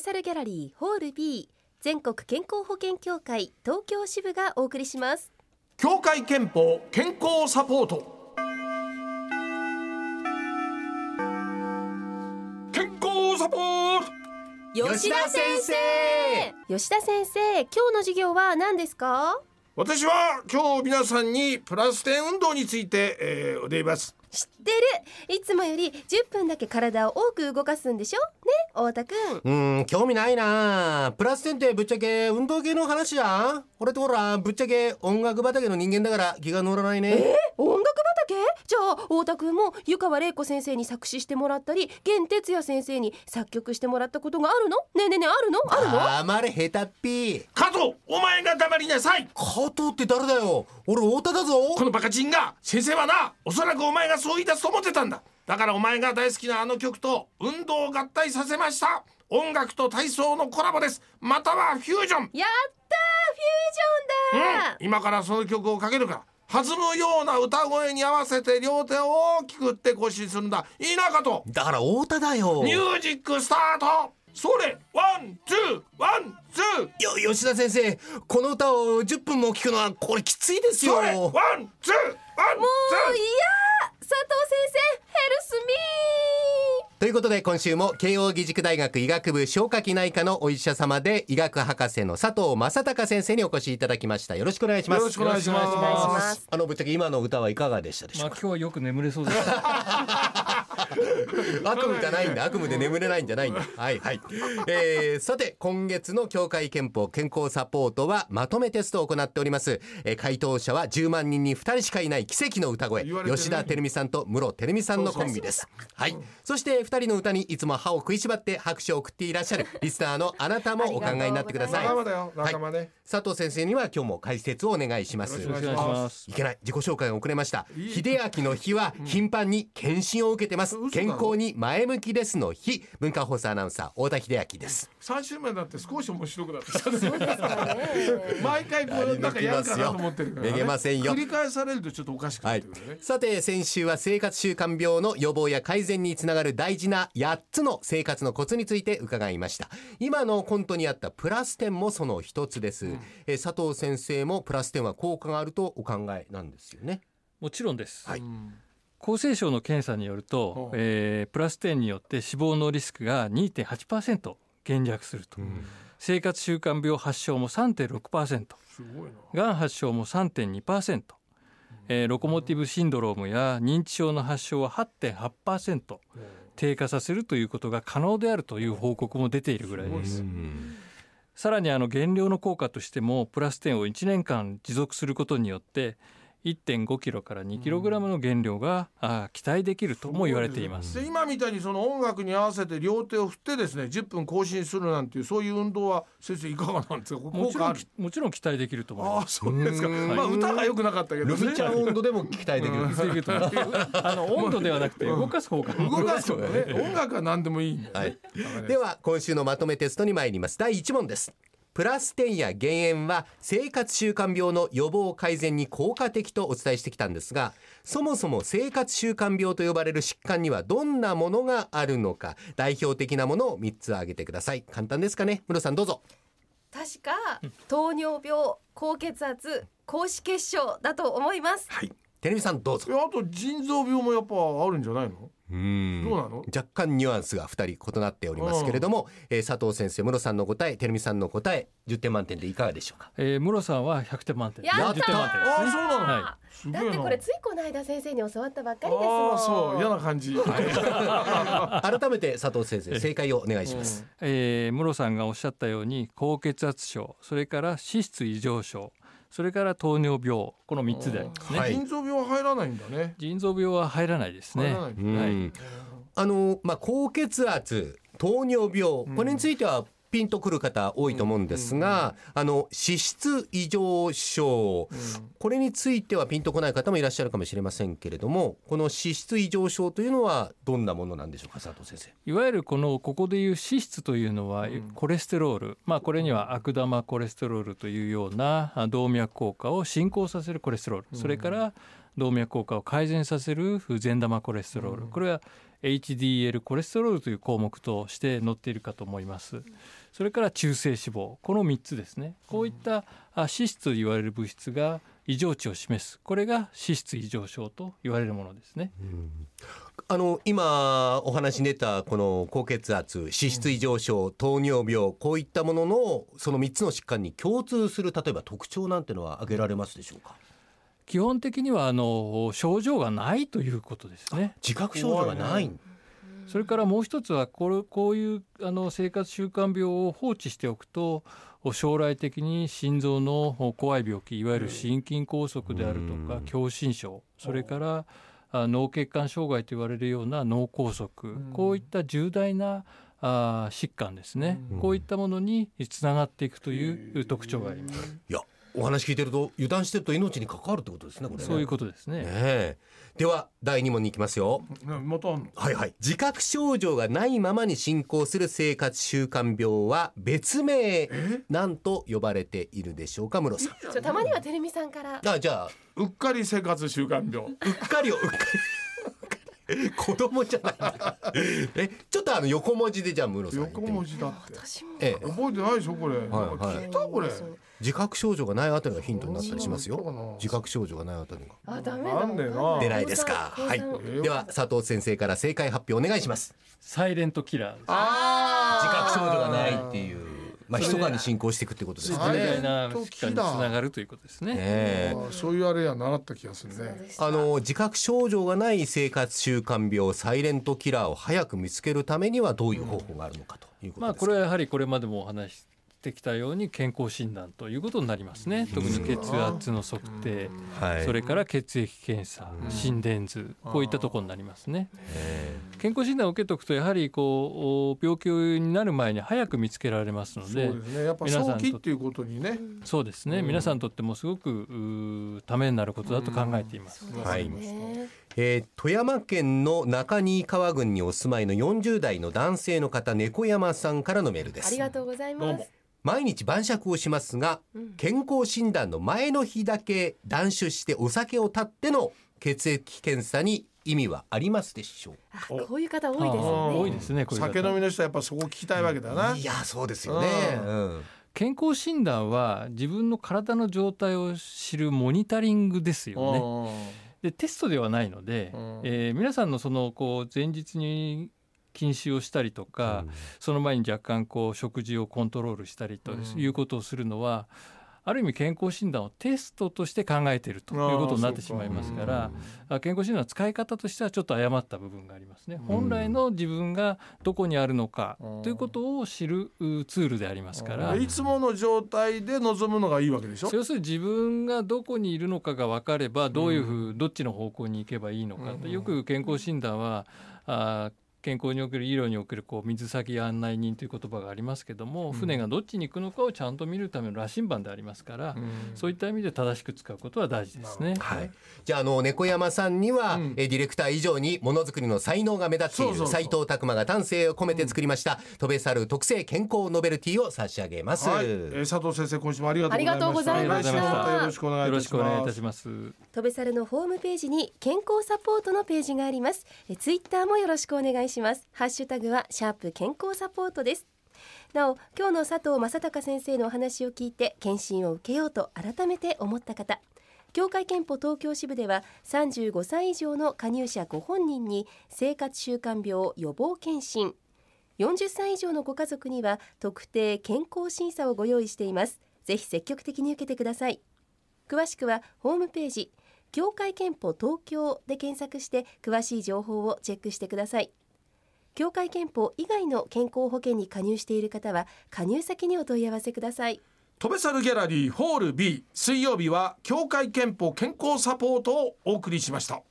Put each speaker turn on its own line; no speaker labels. サルギャラリーホール B 全国健康保険協会東京支部がお送りします
協会憲法健康サポート健康サポート
吉田先生
吉田先生今日の授業は何ですか
私は今日皆さんにプラス点運動について、えー、お出います
知ってるいつもより10分だけ体を多く動かすんでしょね太田くん
うーん興味ないなプラス点ってぶっちゃけ運動系の話じゃん俺ってほらぶっちゃけ音楽畑の人間だから気が乗らないね
音楽畑じゃあ太田くんも湯川玲子先生に作詞してもらったり源哲也先生に作曲してもらったことがあるのねえねえねえあるのあるの
あまれ下手っぴ
加藤お前が黙りなさい
加藤って誰だよ俺太田だぞ
このバカチンが先生はなおそらくお前がそう言い出すと思ってたんだだからお前が大好きなあの曲と運動を合体させました音楽と体操のコラボですまたはフュージョン
やったーフュージョンだー、
今からそういう曲をかけるから弾むような歌声に合わせて両手を大きく振って腰にするんだいいなかと
だから太田だよ
ミュージックスタートそれワンツーワンツー
よ吉田先生この歌を10分も聞くのはこれきついですよ
それワンツーワ
も
ン
うい
ツー
や佐藤先生ヘルスミ
ということで今週も慶応義塾大学医学部消化器内科のお医者様で医学博士の佐藤正孝先生にお越しいただきましたよろしくお願いします
よろしくお願いし
よろしくお願いし
ま
ます
す
あのぶっちゃけ今の歌はいかがでしたでし
ま
ょ
あ
う
今日はよく眠れそうですね。
か悪夢じゃないんだ悪夢で眠れないんじゃないんだはいはい、えー、さて今月の協会憲法健康サポートはまとめテストを行っております、えー、回答者は10万人に2人しかいない奇跡の歌声
言われてる
吉田照美さんと室照美さんのコンビですはいそして2人の歌にいつも歯を食いしばって拍手を送っていらっしゃるリスナーのあなたもお考えになってください
ありがとう
仲間だよ仲間ね、
佐藤先生には今日も解説をお願いします
よ
よ
ろしくお
ろしくお
願
願
いしま
いしますす。
いけない自己紹介が遅れました
い
秀明の日は頻繁に検診を受けてます
嘘だ
健
ろ
康に前向きですの日文化放送アナウンサー太田秀明です
三週目だって少し面白くなってきたね。
ー
毎回こうなんかやるかなと思ってるから、ね。
めげませんよ
繰り返されるとちょっとおかしく
は
なっ
い
てくるよね。、
さて先週は生活習慣病の予防や改善につながる大事な8つの生活のコツについて伺いました今のコントにあったプラス点もその一つです、えー佐藤先生もプラス点は効果があるとお考えなんですよね
もちろんです。
はい
うん
厚生省の検査による
ほ
と
う、
えープラス点によって死亡のリスクが2.8%減弱すると、生活習慣病発症も3.6%、
すごいな。
がん発症も3.2%、えーロコモティブシンドロームや認知症の発症は8.8%低下させるということが可能であるという報告も出ているぐらいです。
す
さらにあの減量の効果としてもプラス点を1年間持続することによって1.5キロから2キログラムの減量が、あー期待できるとも言われています。
で今みたいにその音楽に合わせて両手を振ってですね、10分更新するなんていうそういう運動は先生いかがなんですか。
も
効
ちろ
果あ
ん
る。
もちろん期待できると思い
あ
ま
あ
す。
そうですか。
うん
まあ歌が良くなかったけど
ル
ね
ビ。ちゃん温度でも期待でき る、
ということであの温度ではなくて動かす方が
動かすのね。音楽は何でもいいんだよね。
はい
わかりました
では今週のまとめテストに参ります第1問ですプラス点や減塩は生活習慣病の予防改善に効果的とお伝えしてきたんですがそもそも生活習慣病と呼ばれる疾患にはどんなものがあるのか代表的なものを3つ挙げてください簡単ですかね室さんどうぞ
確か糖尿病高血圧高脂血症だと思います
はいテレビさんどうぞ
えあと腎臓病もやっぱあるんじゃないの？
うん
どうなの？
若干ニュアンスが2人異なっておりますけれども、えー佐藤先生室さんの答えテレビさんの答え10点満点でいかがでしょうか
えー、室さんは100点満点
やったー
40点満点です
ああ
ね
そうなの。
は
すげえ
だ
な
ってこれついこの間先生に教わったばっかりですもん
ああそう嫌な感じ。
改めて佐藤先生正解をお願いします、
えー、室さんがおっしゃったように高血圧症それから脂質異常症それから糖尿病この3つでありますね、
はい
腎臓病は入らないんだね。
腎臓病は入らないです
入
ね
らないんだ
うん
はい
あのまあ高血圧、糖尿病、これについてはピンとくる方多いと思うんですが、あの脂質異常症、これについてはピンとこない方もいらっしゃるかもしれませんけれども、この脂質異常症というのはどんなものなんでしょうか、佐藤先生。
いわゆるこのここでいう脂質というのはコレステロール、まあこれには悪玉コレステロールというようなあ動脈硬化を進行させるコレステロール、それから動脈硬化を改善させる善玉コレステロール、これは HDL コレステロールという項目として載っているかと思いますそれから中性脂肪この3つですねこういったあ脂質と言われる物質が異常値を示すこれが脂質異常症と言われるものですね
あの今お話に出たこの高血圧脂質異常症糖尿病こういったもののその3つの疾患に共通する例えば特徴なんてのは挙げられますでしょうか
基本的にはあの症状がないということですね
自覚症状がない
それからもう一つはこれこういうあの生活習慣病を放置しておくと将来的に心臓の怖い病気いわゆる心筋梗塞であるとか狭心症それからあ脳血管障害と言われるような脳梗塞こういった重大なあ疾患ですねこういったものにつながっていくという特徴があります
いやお話聞いてると油断してると命に関わるってことですねこれね
そういうことです
ね
ね
えでは第2問に行きますよ
うんまたあんの
はいはい自覚症状がないままに進行する生活習慣病は別名なんと呼ばれているでしょうか室さん
ちょたまにはテレミさんから
あじゃあ
うっかり生活習慣病
うっかりをうっかり子供じゃないんだえちょっとあの横文字でじゃあ室さん言って
横
み
文字だって
私も
ええ
覚えてないでしょこれ、
はいはい
聞いたこれ
自覚症状がないあたりがヒントになったりします
そうなの
よ自覚症状がないあたりが
あダメだ
なんでな
出ないですか
お父さん
はい
お父さん
ん
では佐藤先生から正解発表お願いします
サイレントキラーです
あ
自覚症状がないっていうまあ密かに進行していくってことですね
はい
重大な疾患につながるということですね
ねえ
あーそういうあれや習った気がする
そう
ね
でした
あの自覚症状がない生活習慣病サイレントキラーを早く見つけるためにはどういう方法があるのかということですか、
まあこれはやはりこれまでもお話ししてきたように健康診断ということになりますね特に血圧の測定
はい
それから血液検査心電図こういったところになりますね健康診断を受けとくとやはりこうお病気になる前に早く見つけられますの
そう
で
ですねやっぱ
皆さ
早
んと
期っていうことにね
そうですね皆さんにとってもすごくうーためになることだと考えています
そうですね
はい
ね
えー富山県の中新川郡にお住まいの40代の男性の方猫山さんからのメールで
あり
す
がとうござい
どう
ま
も
す
毎日晩酌をしますが
うん
健康診断の前の日だけ断酒してお酒を絶っての血液検査に意味はありますでしょう
あ
お
こういう方多いです
あー
よ
多
ね
いですねこういう方
酒飲みの人はやっぱそこ聞きたいわけだな、
いやそうですよね、
う
うん
健康診断は自分の体の状態を知るモニタリングですよねでテストではないので、
うん
えー皆さんのそのこう前日に禁酒をしたりとか、その前に若干こう食事をコントロールしたりと
うん
いうことをするのは、ある意味健康診断をテストとして考えているということになってしまいますからあ健康診断の使い方としてはちょっと誤った部分がありますね。本来の自分がどこにあるのか
うん
ということを知るうツールでありますから。
いつもの状態で望むのがいいわけでしょ
要するに自分がどこにいるのかが分かればどういうふうどっちの方向に行けばいいのかって
うん
よく健康診断はあー健康における医療におけるこう水先案内人という言葉がありますけども船がどっちに行くのかをちゃんと見るための羅針盤でありますから
うん
そういった意味で正しく使うことは大事ですね。
はい、じゃああの猫山さんには、
うん
えディレクター以上にものづくりの才能が目立ってい
そうそうそ
る
う
斎藤拓磨が丹精を込めて作りました、飛べ猿特製健康ノベルティを差し上げます、
はい、えー佐藤先生今週もありがとうございました
ありがとうござ
いました
来週もまたよろしくお願い
よ
い
ろ
た
し
し
くお願いい
ま
た
す
します。
飛べ猿のホームページに健康サポートのページがありますえツイッターもよろしくお願いしますハッシュタグはシャープ健康サポートですなお今日の佐藤正孝先生のお話を聞いて検診を受けようと改めて思った方協会憲法東京支部では35歳以上の加入者ご本人に生活習慣病予防検診40歳以上のご家族には特定健康審査をご用意していますぜひ積極的に受けてください詳しくはホームページ業界憲法東京で検索して詳しい情報をチェックしてください業界憲法以外の健康保険に加入している方は加入先にお問い合わせください
飛べ猿ギャラリーホール B 水曜日は協会憲法健康サポートをお送りしました